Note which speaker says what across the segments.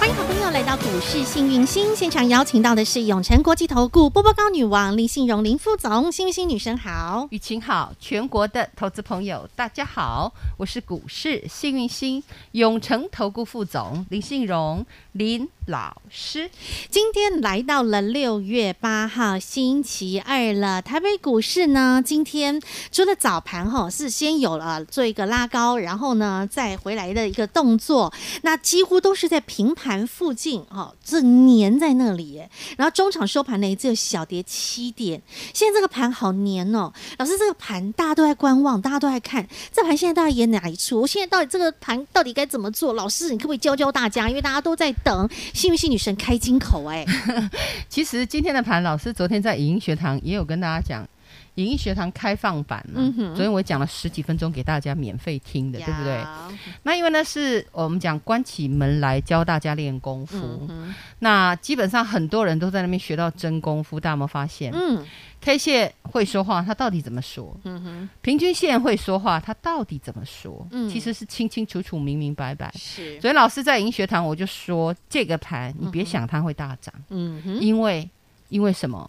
Speaker 1: 欢迎好朋友来到股市幸运星现场，邀请到的是永诚国际投顾波波高女王林信荣林副总，幸运星女神好。
Speaker 2: 雨晴好，全国的投资朋友大家好，我是股市幸运星永诚投顾副总林信荣林老师。
Speaker 1: 今天来到了六月八号星期二了，台北股市呢，今天除了早盘哈是先有了做一个拉高，然后呢再回来的一个动作，那几乎都是在平盘附近哦，这粘在那里耶。然后中场收盘呢，只有小跌七点。现在这个盘好粘哦，老师，这个盘大家都在观望，大家都在看，这盘现在到底演哪一出？现在到底这个盘到底该怎么做？老师，你可不可以教教大家？因为大家都在等幸运星女神开金口哎、
Speaker 2: 其实今天的盘，老师昨天在影音学堂也有跟大家讲，影音学堂开放版嘛，
Speaker 1: 嗯哼
Speaker 2: 昨天我讲了十几分钟给大家免费听 的，对不对？
Speaker 1: 呀？
Speaker 2: 那因为呢是我们讲关起门来教大家练功夫，
Speaker 1: 嗯
Speaker 2: 那基本上很多人都在那边学到真功夫，大家有没有发现？
Speaker 1: 嗯
Speaker 2: K 线会说话，它到底怎么说？
Speaker 1: 嗯哼，
Speaker 2: 平均线会说话，它到底怎么说？
Speaker 1: 嗯
Speaker 2: 其实是清清楚楚、明明白白。
Speaker 1: 是，
Speaker 2: 所以老师在银学堂我就说，这个盘你别想它会大涨，
Speaker 1: 嗯哼，
Speaker 2: 因为因为什么？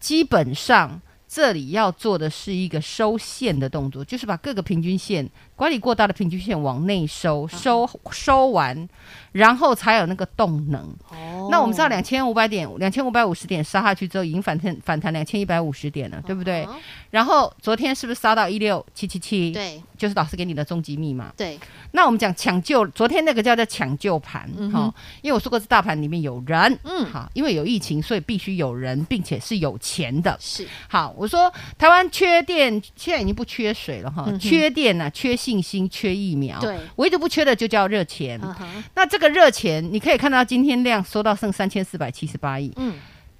Speaker 2: 基本上这里要做的是一个收线的动作，就是把各个平均线管理过大的平均线往内收，
Speaker 1: 嗯
Speaker 2: 收收完，然后才有那个动能。
Speaker 1: 哦
Speaker 2: 嗯那我们知道两千五百点、两千五百五十点杀下去之后，已经反弹反弹两千一百五十点了，对不对？
Speaker 1: 嗯哼
Speaker 2: 然后昨天是不是杀到一六七七七？，
Speaker 1: 对
Speaker 2: 就是老师给你的终极密码。
Speaker 1: 对，
Speaker 2: 那我们讲抢救，昨天那个叫做抢救盘，
Speaker 1: 嗯
Speaker 2: 好、
Speaker 1: 哼
Speaker 2: 因为我说过这大盘里面有人，
Speaker 1: 嗯，
Speaker 2: 好，因为有疫情，所以必须有人，并且是有钱的。
Speaker 1: 是，
Speaker 2: 好，我说台湾缺电，现在已经不缺水了哈，
Speaker 1: 嗯哼
Speaker 2: 缺电呢、缺信心，缺疫苗，
Speaker 1: 对
Speaker 2: 唯独不缺的就叫热钱。
Speaker 1: 嗯哼，
Speaker 2: 那这个热钱，你可以看到今天量缩到剩三千四百七十八亿，
Speaker 1: 嗯，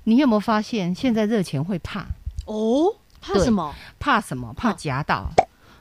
Speaker 2: 你有没有发现现在热钱会怕？
Speaker 1: 哦，怕
Speaker 2: 对
Speaker 1: 什么？
Speaker 2: 怕什么？怕
Speaker 1: 嗯
Speaker 2: 夹到，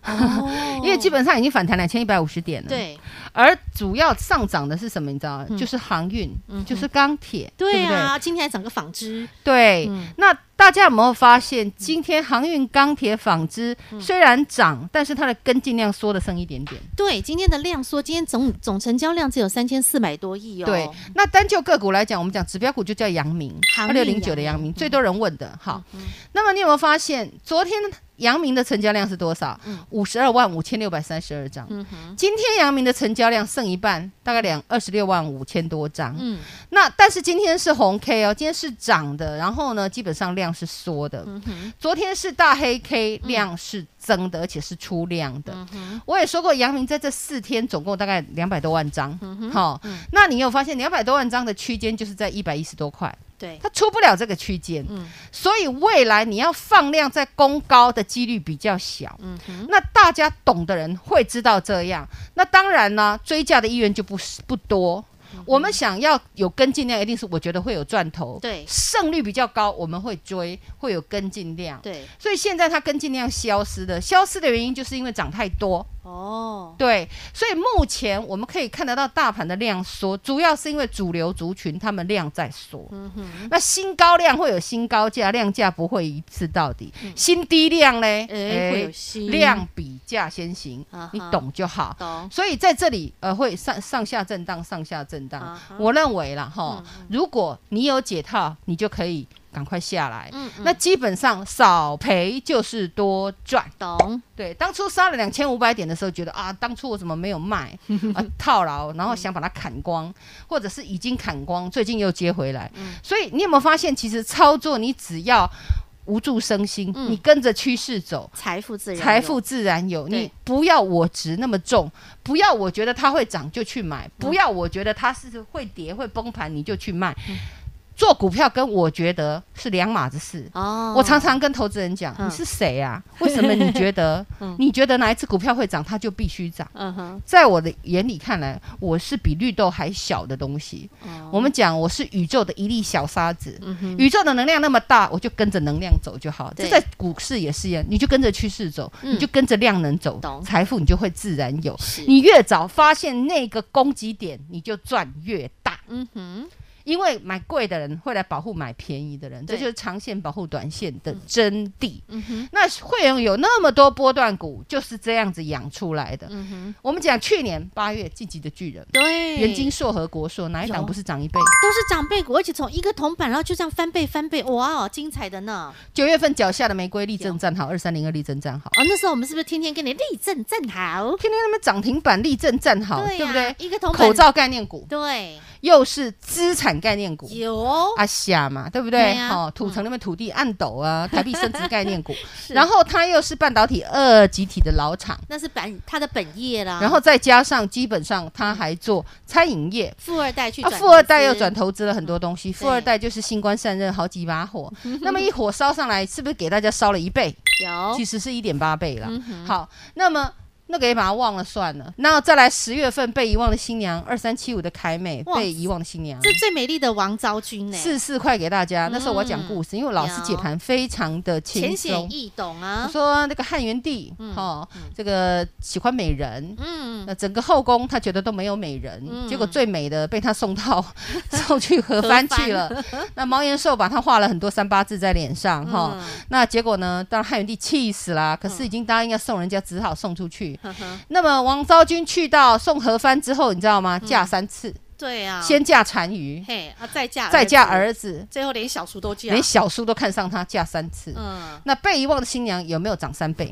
Speaker 1: 哦
Speaker 2: 因为基本上已经反弹两千一百五十点了。，
Speaker 1: 对，
Speaker 2: 而主要上涨的是什么？你知道吗？
Speaker 1: 嗯
Speaker 2: 就是航运，
Speaker 1: 嗯哼
Speaker 2: 就是钢铁，
Speaker 1: 对
Speaker 2: 不对？
Speaker 1: 啊，今天还涨个纺织，
Speaker 2: 对。
Speaker 1: 嗯
Speaker 2: 那大家有没有发现，今天航运、钢铁、纺织
Speaker 1: 嗯
Speaker 2: 虽然涨，但是它的跟进量缩的剩一点点。
Speaker 1: 对，今天的量缩，今天总总成交量只有三千四百多亿哦。
Speaker 2: 对，那单就个股来讲，我们讲指标股就叫阳明，
Speaker 1: 航
Speaker 2: 二
Speaker 1: 运
Speaker 2: 六零九的阳
Speaker 1: 阳明
Speaker 2: 明
Speaker 1: 嗯
Speaker 2: 最多人问的。好，那么你有没有发现，昨天阳明的成交量是多少
Speaker 1: 嗯？
Speaker 2: 五十二万五千六百三十二张。
Speaker 1: 嗯哼，
Speaker 2: 今天阳明的成交量剩一半，大概两二十六万五千多张。
Speaker 1: 嗯
Speaker 2: 那但是今天是红 K 哦，今天是涨的，然后呢，基本上量是缩的。
Speaker 1: 嗯哼，
Speaker 2: 昨天是大黑 K，量是增的，而且是出量的。
Speaker 1: 嗯哼，
Speaker 2: 我也说过，阳明在这四天总共大概两百多万张，
Speaker 1: 嗯
Speaker 2: 好、那你有发现两百多万张的区间就是在一百一十多块，
Speaker 1: 对，
Speaker 2: 它出不了这个区间，
Speaker 1: 嗯
Speaker 2: 所以未来你要放量在攻高的几率比较小。
Speaker 1: 嗯哼，
Speaker 2: 那大家懂的人会知道这样，那当然呢，追价的意愿就不是不多。
Speaker 1: 嗯
Speaker 2: 我们想要有跟进量，一定是我觉得会有赚头，
Speaker 1: 对
Speaker 2: 胜率比较高，我们会追，会有跟进量。
Speaker 1: 对，
Speaker 2: 所以现在它跟进量消失的，消失的原因就是因为涨太多。
Speaker 1: 哦，
Speaker 2: 对，所以目前我们可以看得到大盘的量缩，主要是因为主流族群他们量在缩。
Speaker 1: 嗯哼，
Speaker 2: 那新高量会有新高价，量价不会一次到底。新低量呢？
Speaker 1: 哎、嗯会有新
Speaker 2: 量比价先行
Speaker 1: 啊哈，
Speaker 2: 你懂就好。
Speaker 1: 懂，
Speaker 2: 所以在这里，呃，会上上下震荡，上下震
Speaker 1: 啊哈
Speaker 2: 荡。
Speaker 1: 嗯
Speaker 2: 我认为啦，哈，如果你有解套，你就可以赶快下来。
Speaker 1: 嗯嗯，
Speaker 2: 那基本上少赔就是多赚。
Speaker 1: 懂，
Speaker 2: 对，当初杀了两千五百点的时候，觉得啊，当初我怎么没 有卖啊套牢，然后
Speaker 1: 嗯
Speaker 2: 想把它砍光，或者是已经砍光，最近又接回来。
Speaker 1: 嗯
Speaker 2: 所以你有没有发现，其实操作你只要无助生心，
Speaker 1: 嗯
Speaker 2: 你跟着趋势走。
Speaker 1: 财富自然有，
Speaker 2: 财富自然有，
Speaker 1: 对
Speaker 2: 你不要我值那么重，不要我觉
Speaker 1: 嗯嗯
Speaker 2: 得它会涨就去买，不要我觉得它是会跌会崩盘你就去卖，做股票跟我觉得是两码子事。
Speaker 1: 哦，
Speaker 2: 我常常跟投资人讲，
Speaker 1: 嗯
Speaker 2: 你是谁啊？为什么你觉得
Speaker 1: 嗯
Speaker 2: 你觉得哪一只股票会涨，它就必须涨？
Speaker 1: 嗯哼，
Speaker 2: 在我的眼里看来，我是比绿豆还小的东西。
Speaker 1: 哦
Speaker 2: 我们讲我是宇宙的一粒小沙子，
Speaker 1: 嗯哼，
Speaker 2: 宇宙的能量那么大，我就跟着能量走就好。
Speaker 1: 对
Speaker 2: 这在股市也是一样，你就跟着趋势走，
Speaker 1: 嗯
Speaker 2: 你就跟着量能走
Speaker 1: 懂，
Speaker 2: 财富你就会自然有。
Speaker 1: 是
Speaker 2: 你越早发现那个供给点，你就赚越大。
Speaker 1: 嗯哼，
Speaker 2: 因为买贵的人会来保护买便宜的人，
Speaker 1: 对
Speaker 2: 这就是长线保护短线的真谛。
Speaker 1: 嗯哼，
Speaker 2: 那会员有那么多波段股，就是这样子养出来的。
Speaker 1: 嗯哼，
Speaker 2: 我们讲去年八月晋级的巨人。
Speaker 1: 对，
Speaker 2: 元金硕和国硕哪一档不是涨一倍？
Speaker 1: 都是长辈股，而且从一个铜板，然后就这样翻倍翻倍，哇哦，精彩的呢！
Speaker 2: 九月份脚下的玫瑰力正站好，二三零二力正站好，
Speaker 1: 哦，那时候我们是不是天天跟你立正站好？
Speaker 2: 天天他们涨停板力正站好，哦对
Speaker 1: 呀
Speaker 2: 不对？
Speaker 1: 一个铜板
Speaker 2: 口，罩概念股
Speaker 1: 对，
Speaker 2: 又是资产概念股，
Speaker 1: 有，
Speaker 2: 阿夏啊嘛，对不
Speaker 1: 哦对
Speaker 2: 对？
Speaker 1: 呀嗯
Speaker 2: 哦，土城那边土地暗斗 啊，台币升值概念股，
Speaker 1: 是
Speaker 2: 然后它又是半导体二集体的老厂，
Speaker 1: 那是本他的本业啦，
Speaker 2: 然后再加上基本上它还做餐饮业，
Speaker 1: 富二代去
Speaker 2: 啊，
Speaker 1: 转
Speaker 2: 富二代
Speaker 1: 投
Speaker 2: 又
Speaker 1: 资嗯
Speaker 2: 转投资了很多东西，富
Speaker 1: 对
Speaker 2: 二代就是新官上任好几把火，那么一火烧上来，是不是给大家烧了一倍？
Speaker 1: 有
Speaker 2: 其实是一点八倍啦
Speaker 1: 哦嗯。哼
Speaker 2: 好，那么那个也把它忘了算了。那再来十月份被遗忘的新娘，二三七五的凯美
Speaker 1: 哇
Speaker 2: 被遗忘的新娘。
Speaker 1: 这最美丽的王昭君呢，嗯
Speaker 2: 四四块给大家，那时候我讲故事，因为老师解盘非常的轻
Speaker 1: 浅
Speaker 2: 松
Speaker 1: 显。易懂
Speaker 2: 我
Speaker 1: 啊，
Speaker 2: 说那个汉元帝，
Speaker 1: 嗯
Speaker 2: 哦，这个喜欢美人，
Speaker 1: 嗯，
Speaker 2: 那整个后宫他觉得都没有美人，
Speaker 1: 嗯
Speaker 2: 结果最美的被他送到 送去河番去了。 那毛延寿把他画了很多三八字在脸上哈、
Speaker 1: 嗯
Speaker 2: 那结果呢，当然汉元帝气死啦，可是已经答应要送人家，只好送出去。
Speaker 1: 呵呵
Speaker 2: 那么王昭君去到送河番之后，你知道吗？
Speaker 1: 嗯
Speaker 2: 嫁三次，
Speaker 1: 对啊，
Speaker 2: 先嫁单于，
Speaker 1: 嘿啊，再嫁
Speaker 2: 再嫁
Speaker 1: 子，
Speaker 2: 儿子，
Speaker 1: 最后连小叔都嫁，
Speaker 2: 连小叔都看上他，嫁三次。
Speaker 1: 嗯，
Speaker 2: 那被遗忘的新娘有没有涨三倍？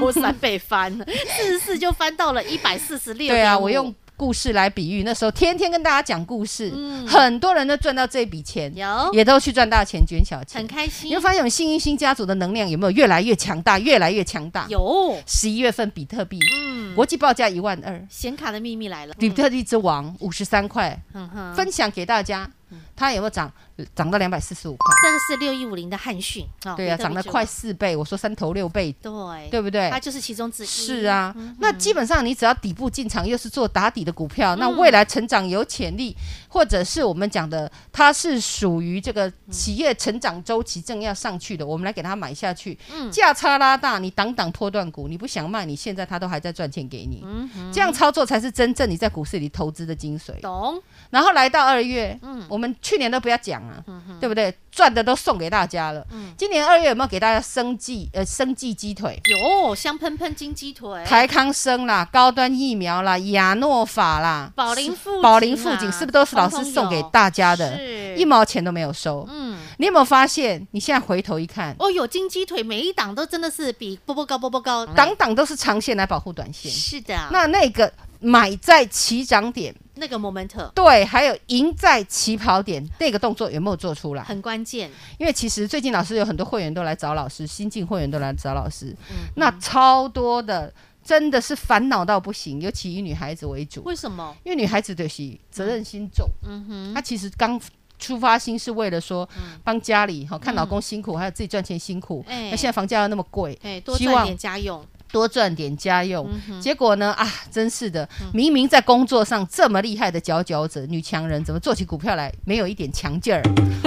Speaker 1: 有三倍翻，四十四就翻到了一百四十六。
Speaker 2: 对啊，我用故事来比喻，那时候天天跟大家讲故事，
Speaker 1: 嗯
Speaker 2: 很多人都赚到这笔钱，
Speaker 1: 有
Speaker 2: 也都去赚大钱、捐小
Speaker 1: 很
Speaker 2: 钱。
Speaker 1: 开
Speaker 2: 你
Speaker 1: 心
Speaker 2: 会，发现我们幸运星家族的能量有没有越来越强大，越来越强大？
Speaker 1: 有
Speaker 2: 十一月份比特币、
Speaker 1: 嗯，
Speaker 2: 国际报价一万二，
Speaker 1: 显卡的秘密来了，
Speaker 2: 比特币之王五十三块，
Speaker 1: 嗯哼，
Speaker 2: 分享给大家，它有没有涨？涨到两百四十五块，
Speaker 1: 这个是六一五零的汉讯哦，
Speaker 2: 对啊，
Speaker 1: 比特
Speaker 2: 涨
Speaker 1: 币
Speaker 2: 了
Speaker 1: 之
Speaker 2: 快
Speaker 1: 王，
Speaker 2: 四倍，我说三头六倍，
Speaker 1: 对
Speaker 2: 对不对
Speaker 1: 它？就是其中之一，嗯
Speaker 2: 是，啊，那基本上你只要底部进场，又是做打底的股票，那
Speaker 1: 嗯
Speaker 2: 未来成长有潜力，或者是我们讲的，它是属于
Speaker 1: 嗯
Speaker 2: 这个企业成长周期正要上去的，我们来给它买下去，
Speaker 1: 嗯
Speaker 2: 价差拉大，你挡挡破断股，你不想卖，你现在它都还在赚钱给你，
Speaker 1: 嗯
Speaker 2: 这样操作才是真正你在股市里投资的精髓。
Speaker 1: 懂，嗯
Speaker 2: 然后来到二月，我们去年都不要讲啊，对不对？赚的都送给大家了，
Speaker 1: 嗯
Speaker 2: 今年二月有没有给大家生计呃生计鸡腿？
Speaker 1: 有香喷喷金鸡腿，
Speaker 2: 台康生啦、高端疫苗啦、亚诺法啦、
Speaker 1: 宝林富锦啊
Speaker 2: 宝林富锦，是不是都是老师送给大家的？
Speaker 1: 是
Speaker 2: 一毛钱都没有收。
Speaker 1: 嗯，
Speaker 2: 你有没有发现？你现在回头一看，
Speaker 1: 哦有金鸡腿，每一档都真的是比波波高波波高，
Speaker 2: 档档都是长线来保护短线。
Speaker 1: 是的，那
Speaker 2: 那那个买在起涨点，
Speaker 1: 那个 moment
Speaker 2: 对，还有赢在起跑点，那个动作有没有做出来？
Speaker 1: 很关键，
Speaker 2: 因为其实最近老师有很多会员都来找老师，新进会员都来找老师，
Speaker 1: 嗯
Speaker 2: 那超多的真的是烦恼到不行，尤其以女孩子为主。
Speaker 1: 为什么？
Speaker 2: 因为女孩子就是责任心重，
Speaker 1: 嗯哼，嗯
Speaker 2: 她其实刚出发心是为了说帮家里哈，看老公辛苦，还有自己赚钱辛苦。
Speaker 1: 哎
Speaker 2: 那现在房价又那么贵，
Speaker 1: 哎，多
Speaker 2: 希
Speaker 1: 赚
Speaker 2: 望
Speaker 1: 点家用，
Speaker 2: 多赚点家用。
Speaker 1: 嗯
Speaker 2: 结果呢啊，真是的，明明在工作上这么厉害的佼佼者、女强人，怎么做起股票来没有一点 强劲儿？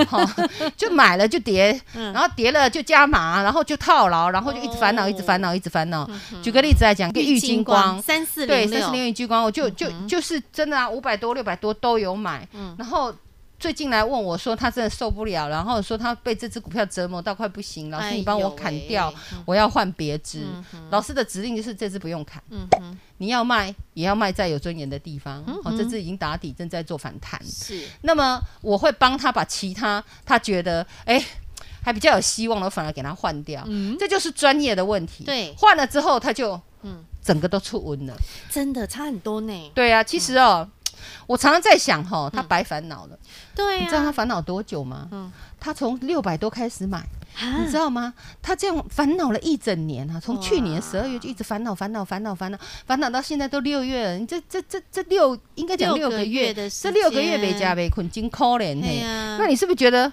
Speaker 2: 哈，就买了就跌，然后跌了就加码，然后就套牢，然后就一直烦
Speaker 1: 嗯
Speaker 2: 恼，
Speaker 1: 哦嗯
Speaker 2: 一直烦恼，一直烦恼。举个例子来讲，一个郁金光，
Speaker 1: 三四
Speaker 2: 对，
Speaker 1: 零
Speaker 2: 三十
Speaker 1: 六，嗯
Speaker 2: 零元激光，我就就、就是真的啊，五百多、六百多都有买。然后最近来问我说，他真的受不了，然后说他被这只股票折磨到快不行，老师
Speaker 1: 哎
Speaker 2: 你帮我
Speaker 1: 呦
Speaker 2: 砍
Speaker 1: 喂嗯
Speaker 2: 掉，我要换别只。老师的指令就是这只不用砍，
Speaker 1: 嗯哼，
Speaker 2: 你要卖也要卖在有尊严的地方。好、
Speaker 1: 嗯
Speaker 2: 这只已经打底，正在做反弹。
Speaker 1: 是
Speaker 2: 那么我会帮他把其他他觉得哎。还比较有希望的，我反而给他换掉，
Speaker 1: 嗯
Speaker 2: 这就是专业的问题。
Speaker 1: 对
Speaker 2: 换了之后他就
Speaker 1: 嗯
Speaker 2: 整个都出温了。
Speaker 1: 真的差很多呢，
Speaker 2: 对啊，其实哦，我常常在想哈、哦，他白烦恼了。
Speaker 1: 嗯对啊
Speaker 2: 你知道他
Speaker 1: 呀，
Speaker 2: 烦恼多久吗？
Speaker 1: 嗯
Speaker 2: 他从六百多开始买，
Speaker 1: 啊
Speaker 2: 你知道吗？他这样烦恼了一整年啊，从去年
Speaker 1: 哇
Speaker 2: 十二月就一直烦恼、烦恼、烦恼、烦恼，烦恼到现在都六月了。你这、这、这、这六应该讲
Speaker 1: 六
Speaker 2: 六
Speaker 1: 个
Speaker 2: 个
Speaker 1: 月
Speaker 2: 月
Speaker 1: 的时
Speaker 2: 这六个月
Speaker 1: 间
Speaker 2: 没加没困，真可怜
Speaker 1: 哎
Speaker 2: 嘿。
Speaker 1: 呀，
Speaker 2: 那你是不是觉得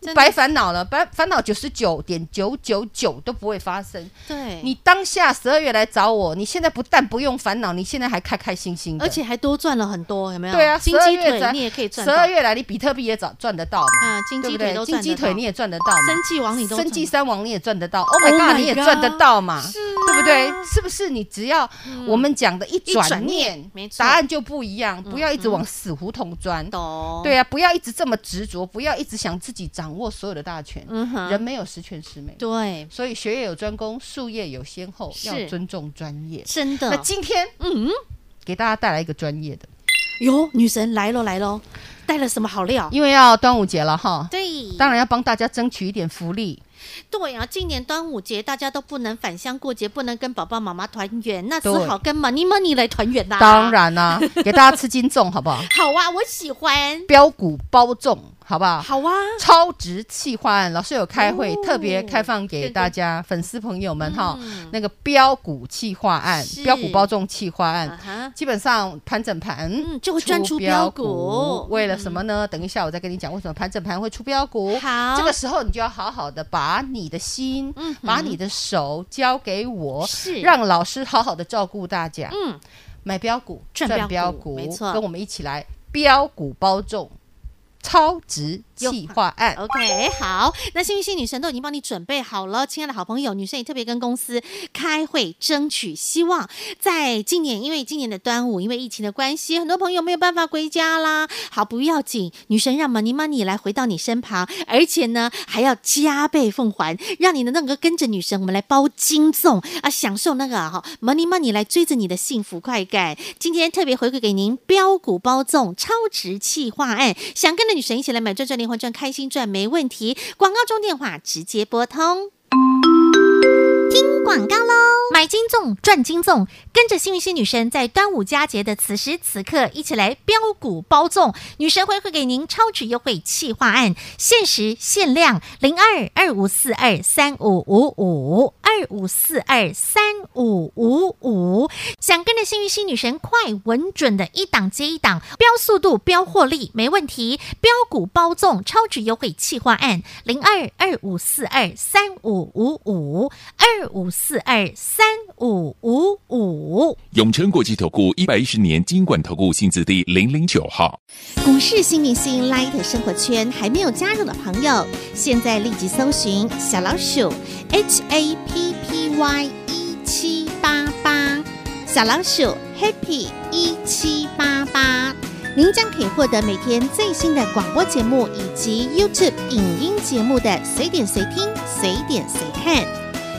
Speaker 1: 真的
Speaker 2: 白烦恼了？白烦恼九十九点九九九都不会发生。
Speaker 1: 对
Speaker 2: 你当下十二月来找我，你现在不但不用烦恼，你现在还开开心心的，
Speaker 1: 而且还多赚了很多，有没有？
Speaker 2: 对啊
Speaker 1: 金
Speaker 2: 12
Speaker 1: 鸡
Speaker 2: 月
Speaker 1: 腿
Speaker 2: 咱
Speaker 1: 你也可以赚
Speaker 2: 十
Speaker 1: 到，
Speaker 2: 二月来你比特币也早赚得到嘛，
Speaker 1: 啊，金
Speaker 2: 对
Speaker 1: 鸡
Speaker 2: 不
Speaker 1: 腿
Speaker 2: 对
Speaker 1: 都？
Speaker 2: 金
Speaker 1: 赚
Speaker 2: 鸡
Speaker 1: 得到
Speaker 2: 腿你也赚得到嘛，
Speaker 1: 生计王你都
Speaker 2: 生
Speaker 1: 赚
Speaker 2: 计三王你也赚得到，Oh my
Speaker 1: Oh my
Speaker 2: god，你也赚
Speaker 1: god，
Speaker 2: 得
Speaker 1: 啊嗯
Speaker 2: 到嘛，对不对？是不是你只要我们讲的一
Speaker 1: 一转
Speaker 2: 转
Speaker 1: 念
Speaker 2: 念
Speaker 1: 没，错嗯
Speaker 2: 答案就不一样，不要一直往死胡同钻
Speaker 1: 得。到，
Speaker 2: 对啊，不要一直这么执着，不要一直想自己掌握所有的大权。
Speaker 1: 嗯哼，
Speaker 2: 人没有十全十美，
Speaker 1: 对，
Speaker 2: 所以学业有专攻，术业有先后，
Speaker 1: 是
Speaker 2: 要尊重专业。
Speaker 1: 真
Speaker 2: 那
Speaker 1: 的，
Speaker 2: 今天
Speaker 1: 嗯，
Speaker 2: 给大家带来一个专业的，
Speaker 1: 哟，女神来喽来喽，带了什么好料？
Speaker 2: 因为要端午节了哈，
Speaker 1: 对，
Speaker 2: 当然要帮大家争取一点福利。
Speaker 1: 对啊，今年端午节大家都不能返乡过节，不能跟爸爸妈妈团圆，那只
Speaker 2: 对
Speaker 1: 好跟 money money 来团圆啦。啊
Speaker 2: 当，然 啦、给大家吃金粽好不好？
Speaker 1: 好啊，我喜欢，
Speaker 2: 标股包粽好不好？
Speaker 1: 好啊，
Speaker 2: 超值企划案，老师有开会、
Speaker 1: 哦
Speaker 2: 特别开放给大家粉丝朋友们哈、
Speaker 1: 嗯
Speaker 2: 那个标股企划案
Speaker 1: 是、
Speaker 2: 标股包粽企划案。
Speaker 1: 啊哈，
Speaker 2: 基本上盘整盘，
Speaker 1: 嗯就会专出标股嗯
Speaker 2: 为了什么呢？等一下我再跟你讲为什么盘整盘会出标股。
Speaker 1: 好
Speaker 2: 这个时候你就要好好的把你的心，
Speaker 1: 嗯哼
Speaker 2: 把你的手交给我，
Speaker 1: 是
Speaker 2: 让老师好好的照顾大家。
Speaker 1: 嗯，
Speaker 2: 买标股
Speaker 1: 赚标股没错
Speaker 2: 跟我们一起来标股包中超值企划
Speaker 1: 哦
Speaker 2: 案。
Speaker 1: OK，好，那幸运星女神都已经帮你准备好了，亲爱的好朋友，女神也特别跟公司开会争取，希望在今年，因为今年的端午，因为疫情的关系，很多朋友没有办法回家啦。好，不要紧，女神让 Money Money 来回到你身旁，而且呢还要加倍奉还，让你能够跟着女神，我们来包金粽啊，享受那个哈、Money Money 来追着你的幸福快感。今天特别回馈给您标股包粽超值企划案，想跟着女神一起来买赚赚连环赚，开心赚没问题。广告中电话直接拨通。
Speaker 3: 广告喽！买金粽赚金粽，跟着幸运星女神在端午佳节的此时此刻，一起来标股包粽。女神会会给您超值优惠企划案，限时限量零二二五四二三五五五二五四二三五五五。想跟着幸运星女神快稳准的一档接一档，标速度、标获利没问题。标股包粽超值优惠企划案零二二五四二三五五五二五四二三五五五。
Speaker 4: 永诚国际投顾一百一十年金管投顾新字第零零九号，
Speaker 1: 股市新明星 Light 生活圈还没有加入的朋友，现在立即搜寻小老鼠 HAPPY 一 E 七八八，小老鼠 Happy 一七八八，您将可以获得每天最新的广播节目以及 YouTube 影音节目的随点随听、随点随看。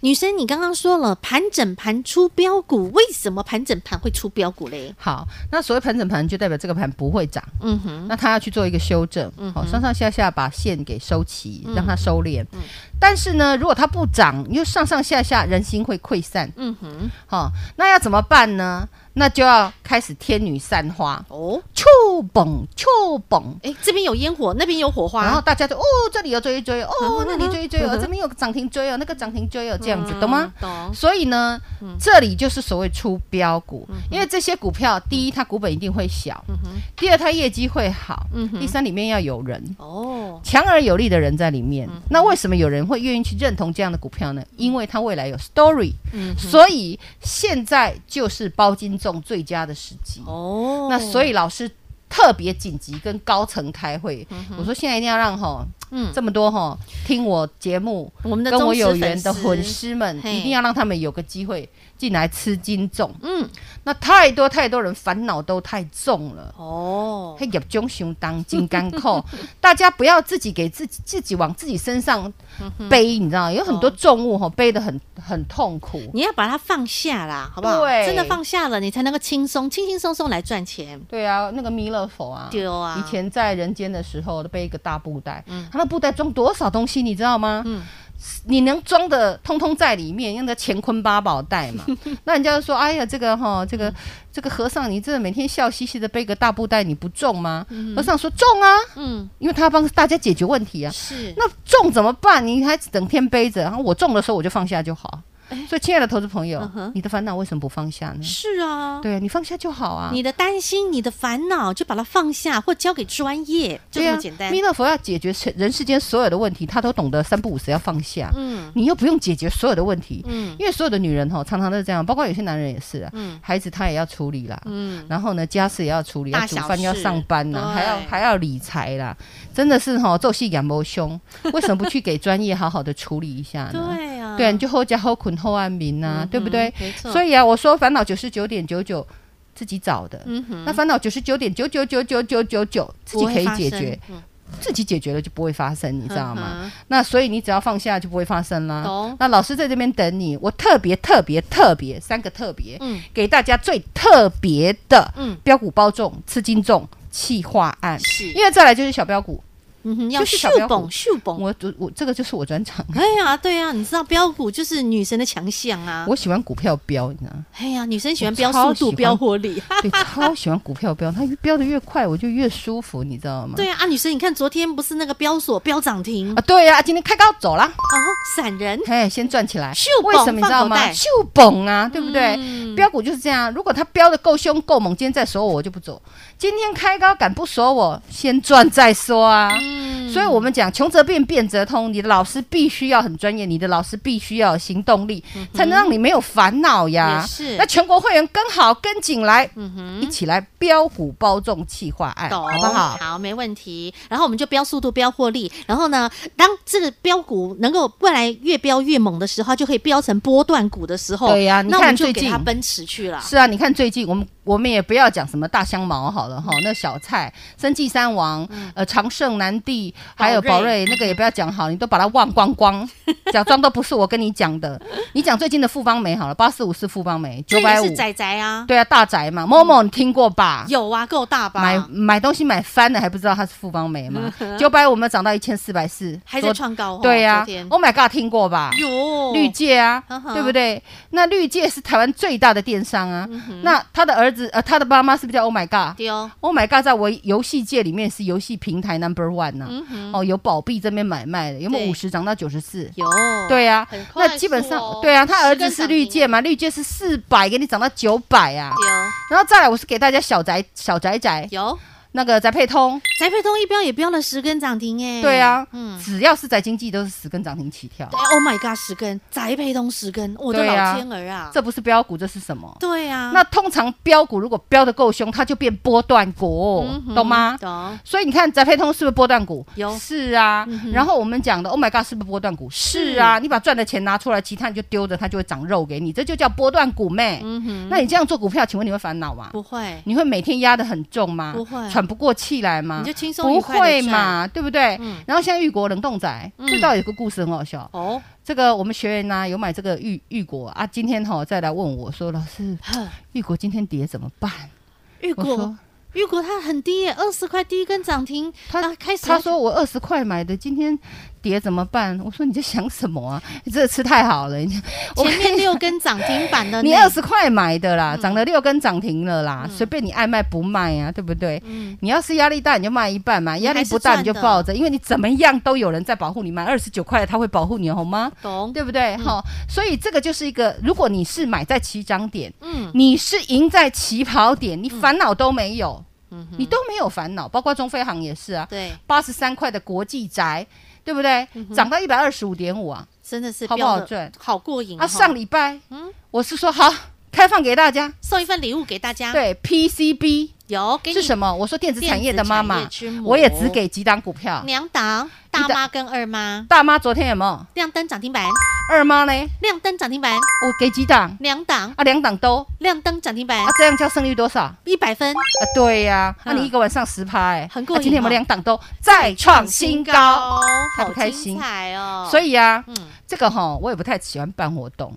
Speaker 1: 女生，你刚刚说了盘整盘出标股，为什么盘整盘会出标股嘞？
Speaker 2: 好，那所谓盘整盘，就代表这个盘不会涨，
Speaker 1: 嗯哼，嗯
Speaker 2: 那它要去做一个修正，好、上上下下把线给收齐，让它收敛。
Speaker 1: 嗯
Speaker 2: 但是呢，如果它不涨，又上上下下，人心会溃散，
Speaker 1: 嗯哼，
Speaker 2: 好、那要怎么办呢？那就要开始天女散花，
Speaker 1: 哦，
Speaker 2: 秋蹦秋蹦，
Speaker 1: 哎，这边有烟火，那边有火花，
Speaker 2: 然后大家就哦，这里有追一追哦，哦那里追一追哦，这边有涨停追哦，那个涨停追哦，这样子，懂吗？
Speaker 1: 懂，
Speaker 2: 所以呢，这里就是所谓出标股，因为这些股票，第一它股本一定会小，第二它业绩会好，第三里面要有人。
Speaker 1: 哦，嗯
Speaker 2: 强而有力的人在里面，那为什么有人会愿意去认同这样的股票呢？因为它未来有 story，、所
Speaker 1: 嗯
Speaker 2: 以现在就是包金粽最佳的时机。
Speaker 1: 哦，
Speaker 2: 那所以老师特别紧急跟高层开会，我说现在一定要让吼，
Speaker 1: 嗯
Speaker 2: 这么多吼听我节目。
Speaker 1: 我们的
Speaker 2: 跟我有
Speaker 1: 忠实
Speaker 2: 缘的
Speaker 1: 粉
Speaker 2: 魂
Speaker 1: 丝，
Speaker 2: 师们，
Speaker 1: 嘿
Speaker 2: 一定要让他们有个机会进来吃金粽。
Speaker 1: 嗯，
Speaker 2: 那太多太多人烦恼都太重了，
Speaker 1: 哦，
Speaker 2: 嘿，业中熊当金刚扣，大家不要自己给自己自己往自己身上背，你知道，有很多重物吼背得很很痛苦。
Speaker 1: 哦你要把它放下啦，好不好？
Speaker 2: 对
Speaker 1: 真的放下了，你才能够轻松、轻轻松松来赚钱。
Speaker 2: 对啊，那个弥勒乐否啊？
Speaker 1: 丢啊！
Speaker 2: 以前在人间的时候，都背一个大布袋，
Speaker 1: 嗯
Speaker 2: 他那布袋装多少东西，你知道吗？
Speaker 1: 嗯
Speaker 2: 你能装的通通在里面，用的乾坤八宝袋 嘛？那人家就说：“哎呀，这个哈，这个这个和尚，你这每天笑嘻嘻的背个大布袋，你不重吗？”和尚说：“重啊，
Speaker 1: 嗯
Speaker 2: 因为他要帮大家解决问题啊。
Speaker 1: 是
Speaker 2: 那重怎么办？你还整天背着，然后我重的时候我就放下就好。所以，亲爱的投资朋友，
Speaker 1: 哎嗯哼
Speaker 2: 你的烦恼为什么不放下呢？
Speaker 1: 是啊，
Speaker 2: 对你放下就好啊。
Speaker 1: 你的担心、你的烦恼，就把它放下，或交给专业，就
Speaker 2: 对
Speaker 1: 这
Speaker 2: 啊呀，
Speaker 1: 么简单
Speaker 2: 弥。勒佛要解决人世间所有的问题，他都懂得三不五时要放下。
Speaker 1: 嗯
Speaker 2: 你又不用解决所有的问题，
Speaker 1: 嗯
Speaker 2: 因为所有的女人哈，常常都是这样，包括有些男人也是啊，
Speaker 1: 嗯
Speaker 2: 孩子他也要处理啦。
Speaker 1: 嗯，
Speaker 2: 然后呢，家事也要处理，
Speaker 1: 大
Speaker 2: 要
Speaker 1: 小
Speaker 2: 煮
Speaker 1: 事
Speaker 2: 饭，要上班呐、
Speaker 1: 对
Speaker 2: 还要还要理财啦，真的是哈、做戏养谋凶，为什么不去给专业好好的处理一下呢？
Speaker 1: 对啊，
Speaker 2: 对啊，你就后家后捆后安民呐、对不对
Speaker 1: 嗯？哼？没错，
Speaker 2: 所
Speaker 1: 以
Speaker 2: 以啊，我说烦恼九十九点九九自己找的，
Speaker 1: 嗯哼，
Speaker 2: 那烦恼九十九点九九九九九九九自己可以解
Speaker 1: 不会发
Speaker 2: 决，
Speaker 1: 生，嗯
Speaker 2: 自己解决了就不会发生，你知道吗？？
Speaker 1: 嗯
Speaker 2: 那所以你只要放下就不会发生
Speaker 1: 哼
Speaker 2: 啦。
Speaker 1: 懂，
Speaker 2: 那老师在这边等你，我特别特别特别三个特别，
Speaker 1: 嗯
Speaker 2: 给大家最特别的
Speaker 1: 嗯，
Speaker 2: 标股包中、吃金重、气化案，
Speaker 1: 是，
Speaker 2: 因为再来就是小标股，
Speaker 1: 嗯哼，要
Speaker 2: 就是
Speaker 1: 秀
Speaker 2: 小标
Speaker 1: 蹦
Speaker 2: 股
Speaker 1: 秀蹦。
Speaker 2: 我我我这个就是我专长，
Speaker 1: 哎呀，对呀，你知道标股就是女神的强项啊！
Speaker 2: 我喜欢股票标，你知道吗？
Speaker 1: 哎呀，女生喜欢
Speaker 2: 我
Speaker 1: 标
Speaker 2: 超
Speaker 1: 速度、
Speaker 2: 喜
Speaker 1: 标
Speaker 2: 欢嗯
Speaker 1: 活力。
Speaker 2: 对，超喜欢股票标，它越标的越快，我就越舒服，你知道吗？
Speaker 1: 对啊，啊，女生，你看昨天不是那个标锁标涨停
Speaker 2: 啊，对呀、今天开高走了。
Speaker 1: 哦，闪人，
Speaker 2: 哎，先赚起来
Speaker 1: 咻，
Speaker 2: 为
Speaker 1: 嘣
Speaker 2: 什么你知道
Speaker 1: 放口
Speaker 2: 吗？
Speaker 1: 袋
Speaker 2: 秀蹦啊，对不对？
Speaker 1: 嗯
Speaker 2: 标股就是这样，如果它标的够凶够猛，今天再锁我，我就不走。今天开高敢不锁我，先赚再说啊。
Speaker 1: 嗯
Speaker 2: 所以我们讲穷则变，变则通。你的老师必须要很专业，你的老师必须要有行动力，才能让你没有烦恼呀
Speaker 1: 嗯也。是
Speaker 2: 啊那全国会员跟好跟紧来，
Speaker 1: 嗯哼，
Speaker 2: 一起来标股包中企划案，
Speaker 1: 懂
Speaker 2: 好不好？
Speaker 1: 好，没问题。然后我们就标速度、标获利。然后呢，当这个标股能够未来越标越猛的时候，它就可以标成波段股的时候，
Speaker 2: 对呀你
Speaker 1: 那我们
Speaker 2: 看
Speaker 1: 就
Speaker 2: 最
Speaker 1: 给它
Speaker 2: 近
Speaker 1: 奔驰去了。
Speaker 2: 是啊，你看最近我们我们也不要讲什么大香茅好了哈，那小菜、生计三王、呃长盛南帝，还有
Speaker 1: 嗯宝
Speaker 2: 宝
Speaker 1: 瑞
Speaker 2: 瑞，那个也不要讲好，你都把它忘光 光，假装都不是我跟你讲的。你讲最近的富邦美好了，八四五四富邦美，
Speaker 1: 这
Speaker 2: 九百
Speaker 1: 也
Speaker 2: 五
Speaker 1: 是，仔仔啊，
Speaker 2: 对啊，大宅嘛，Momo 你听过吧？
Speaker 1: 有啊，够大吧？嗯
Speaker 2: 买买东西买翻了还不知道它是富邦美吗？九百五们涨到一千四百四，
Speaker 1: 还在
Speaker 2: 昨
Speaker 1: 创高哦，
Speaker 2: 对呀、
Speaker 1: 昨天
Speaker 2: o h my god，听过吧？
Speaker 1: 有
Speaker 2: 绿界啊
Speaker 1: 呵呵，
Speaker 2: 对不对？那绿界是台湾最大的电商啊。
Speaker 1: 嗯
Speaker 2: 那他的儿子呃，他的爸妈是不是叫 Oh my God？Oh
Speaker 1: 丢，
Speaker 2: my God，在我游戏界里面是游戏平台 Number One 呐、哦，有宝币这边买卖的，有没
Speaker 1: 嗯
Speaker 2: 有
Speaker 1: 对
Speaker 2: 五十涨到九十四？
Speaker 1: 有
Speaker 2: 对呀、
Speaker 1: 很快
Speaker 2: 那基本
Speaker 1: 速
Speaker 2: 上
Speaker 1: 哦
Speaker 2: 对啊，他儿
Speaker 1: 十根
Speaker 2: 子是
Speaker 1: 涨
Speaker 2: 绿
Speaker 1: 停
Speaker 2: 界嘛，绿界是四百，给你涨到九百啊。
Speaker 1: 丢
Speaker 2: 然后再来，我是给大家小宅小宅宅
Speaker 1: 有
Speaker 2: 那个宅配通，
Speaker 1: 宅配通一标也标了十根涨停哎，
Speaker 2: 对啊，
Speaker 1: 嗯。
Speaker 2: 只要是宅经济都是十根涨停起跳
Speaker 1: 对，Oh my god，十根宅配通十根，我的
Speaker 2: 对啊
Speaker 1: 老天儿啊！
Speaker 2: 这不是标股，这是什么？
Speaker 1: 对啊，
Speaker 2: 那通常标股如果标的够凶，它就变波段股，
Speaker 1: 嗯哼
Speaker 2: 懂吗？
Speaker 1: 懂，
Speaker 2: 所以你看，宅配通是不是波段股？
Speaker 1: 有嗯
Speaker 2: 是啊。然后我们讲的，Oh my God，是不是波段股？是啊。你把赚的钱拿出来，其他你就丢着，它就会长肉给你，这就叫波段股妹。
Speaker 1: 嗯哼，
Speaker 2: 那你这样做股票，请问你会烦恼吗？
Speaker 1: 不会，
Speaker 2: 你会每天压得很重吗？
Speaker 1: 不会
Speaker 2: 喘不过气来吗
Speaker 1: 你就？轻松愉
Speaker 2: 嗯不
Speaker 1: 快地
Speaker 2: 会
Speaker 1: 赚
Speaker 2: 嘛，对不对？
Speaker 1: 嗯
Speaker 2: 然后现在玉国冷冻仔，
Speaker 1: 嗯
Speaker 2: 这倒有个故事很好笑。
Speaker 1: 哦，
Speaker 2: 这个我们学员呢、啊有买这个玉玉国啊，今天哈、再来问我说，老师，
Speaker 1: 呵
Speaker 2: 玉国今天跌怎么办？
Speaker 1: 玉
Speaker 2: 我
Speaker 1: 果
Speaker 2: 说
Speaker 1: 玉果它很低耶，二十块第一根涨停，
Speaker 2: 他
Speaker 1: 那开始
Speaker 2: 他说我二十块买的，今天跌怎么办？我说你在想什么啊？ 你这个吃太好了，你我
Speaker 1: 前面六根涨停板的
Speaker 2: 你
Speaker 1: 呃那嗯
Speaker 2: 二，十块买的啦，涨了六根涨停了啦，随便你爱卖不卖啊，对不对？
Speaker 1: 嗯，
Speaker 2: 你要是压力大你就卖一半嘛，压力不大
Speaker 1: 还是赚
Speaker 2: 你就
Speaker 1: 的
Speaker 2: 抱着，因为你怎么样都有人在保护你，买二十九块他会保护你，好吗？
Speaker 1: 懂，
Speaker 2: 对不对？哈、所以这个就是一个，如果你是买在起涨点，
Speaker 1: 嗯
Speaker 2: 你是赢在起跑点，你烦恼都没有，
Speaker 1: 嗯哼，
Speaker 2: 你都没有烦恼，包括中飞航也是啊，
Speaker 1: 对，
Speaker 2: 八十三块的国际宅，对不对？
Speaker 1: 嗯
Speaker 2: 涨到一百二十五点五啊！
Speaker 1: 真的是
Speaker 2: 好不
Speaker 1: 标
Speaker 2: 好
Speaker 1: 得
Speaker 2: 赚
Speaker 1: 好过瘾哈
Speaker 2: 啊，上礼拜，
Speaker 1: 嗯
Speaker 2: 我是说好开放给大家，
Speaker 1: 送一份礼物给大家，
Speaker 2: 对 PCB
Speaker 1: 有啊给你
Speaker 2: 是什么？我说电子产业的妈
Speaker 1: 电
Speaker 2: 妈
Speaker 1: 子产业嗯之母，
Speaker 2: 我也只给几档股票。
Speaker 1: 两档大
Speaker 2: 档
Speaker 1: 妈跟二妈
Speaker 2: 大妈昨天有没有？
Speaker 1: 亮灯涨停板，
Speaker 2: 二妈呢？
Speaker 1: 亮灯涨停板，
Speaker 2: 我给几档
Speaker 1: 两档
Speaker 2: 啊？两档都
Speaker 1: 亮灯涨停板
Speaker 2: 啊，这样叫胜率多少啊？
Speaker 1: 一百分，
Speaker 2: 对呀，啊
Speaker 1: 嗯
Speaker 2: 你一个晚上十趴哎，
Speaker 1: 很过瘾
Speaker 2: 啊今天
Speaker 1: 哦
Speaker 2: 我们两档都再创新高，开
Speaker 1: 好
Speaker 2: 不开
Speaker 1: 精
Speaker 2: 心
Speaker 1: 彩哦！
Speaker 2: 所以啊，
Speaker 1: 嗯，
Speaker 2: 这个哈我也不太喜欢办活动，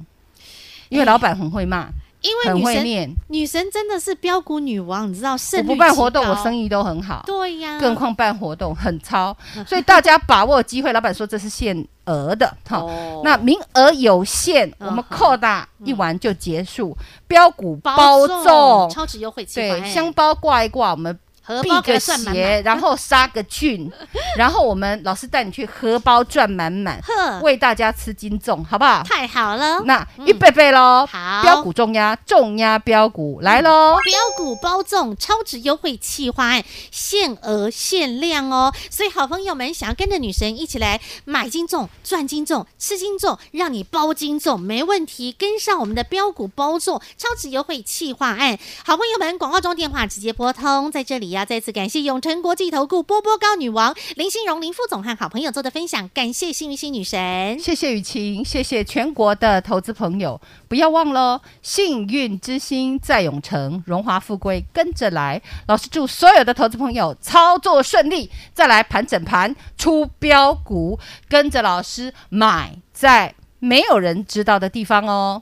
Speaker 2: 因为老板很会骂。
Speaker 1: 哎因为
Speaker 2: 很
Speaker 1: 女
Speaker 2: 会
Speaker 1: 神
Speaker 2: 念。
Speaker 1: 女神真的是标股女王，你知道胜
Speaker 2: 我
Speaker 1: 率
Speaker 2: 不办
Speaker 1: 极
Speaker 2: 活动，我
Speaker 1: 高
Speaker 2: 生意都很好。
Speaker 1: 对啊嗯呀、
Speaker 2: 更何况办活动很超，所以大家把握机会。老板说这是限额的哈，
Speaker 1: 哦
Speaker 2: 那名额有限，
Speaker 1: 嗯
Speaker 2: 我们扩大一完就结束。标股包
Speaker 1: 粽
Speaker 2: 粽，
Speaker 1: 超值优惠计划，
Speaker 2: 对，
Speaker 1: 哎
Speaker 2: 香包挂一挂，我们
Speaker 1: 荷
Speaker 2: 避
Speaker 1: 包给它
Speaker 2: 个
Speaker 1: 算满满，
Speaker 2: 邪，然后杀个 菌，然后我们老师带你去荷包赚满满，
Speaker 1: 呵，
Speaker 2: 为大家吃金粽，好不好？
Speaker 1: 太好了，
Speaker 2: 那预备备喽，
Speaker 1: 好
Speaker 2: 标股重压，重压标股来喽。
Speaker 1: 标股包粽超值优惠企划案，限额限量哦！所以好朋友们想要跟着女神一起来买金粽、赚金粽、吃金粽，让你包金粽没问题，跟上我们的标股包粽超值优惠企划案。好朋友们，广告中电话直接拨通，在这里要再次感谢永诚国际投顾波波高女王林心荣林副总和好朋友做的分享，感谢幸运星女神。
Speaker 2: 谢谢雨晴，谢谢全国的投资朋友，不要忘喽！幸运之星在永城，荣华富贵跟着来。老师祝所有的投资朋友操作顺利，再来盘整盘出标股，跟着老师买在没有人知道的地方哦。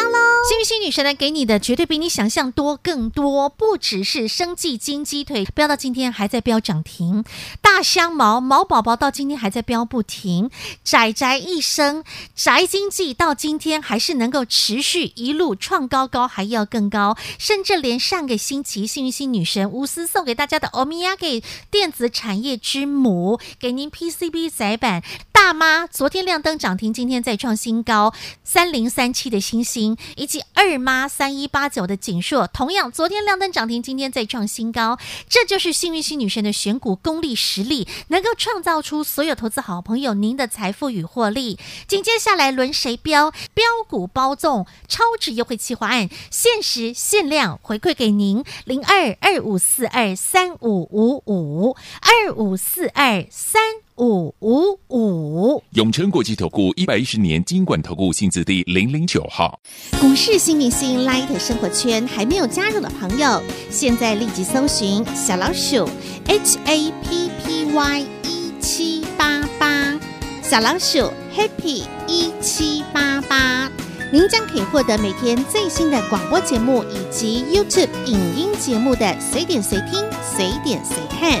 Speaker 3: 喽！
Speaker 1: 幸运星女神呢，给你的绝对比你想象多更多，不只是生计金鸡腿，飙到今天还在飙涨停，大香毛毛宝宝到今天还在飙不停，宅宅一生宅经济到今天还是能够持续一路创高高，还要更高，甚至连上个星期幸运星女神无私送给大家的欧米亚给电子产业之母，给您 PCB 载板大妈，昨天亮灯涨停，今天再创新高，三零三七的星星，以及二妈三一八九的锦硕，同样昨天亮灯涨停，今天再创新高。这就是幸运星女神的选股功力实力，能够创造出所有投资好朋友您的财富与获利。紧接下来轮谁标？标股包粽超值优惠计划案，限时限量回馈给您零二二五四二三五五五二五四二三五五五。
Speaker 4: 永诚国际投顾一百一十年金管投顾性质第零零九号，
Speaker 5: 股市新明星 Light 生活圈还没有加入的朋友，现在立即搜寻小老鼠 HAPPY 一七八八，小老鼠 Happy 一七八八，您将可以获得每天最新的广播节目以及 YouTube 影音节目的随点随听、随点随看。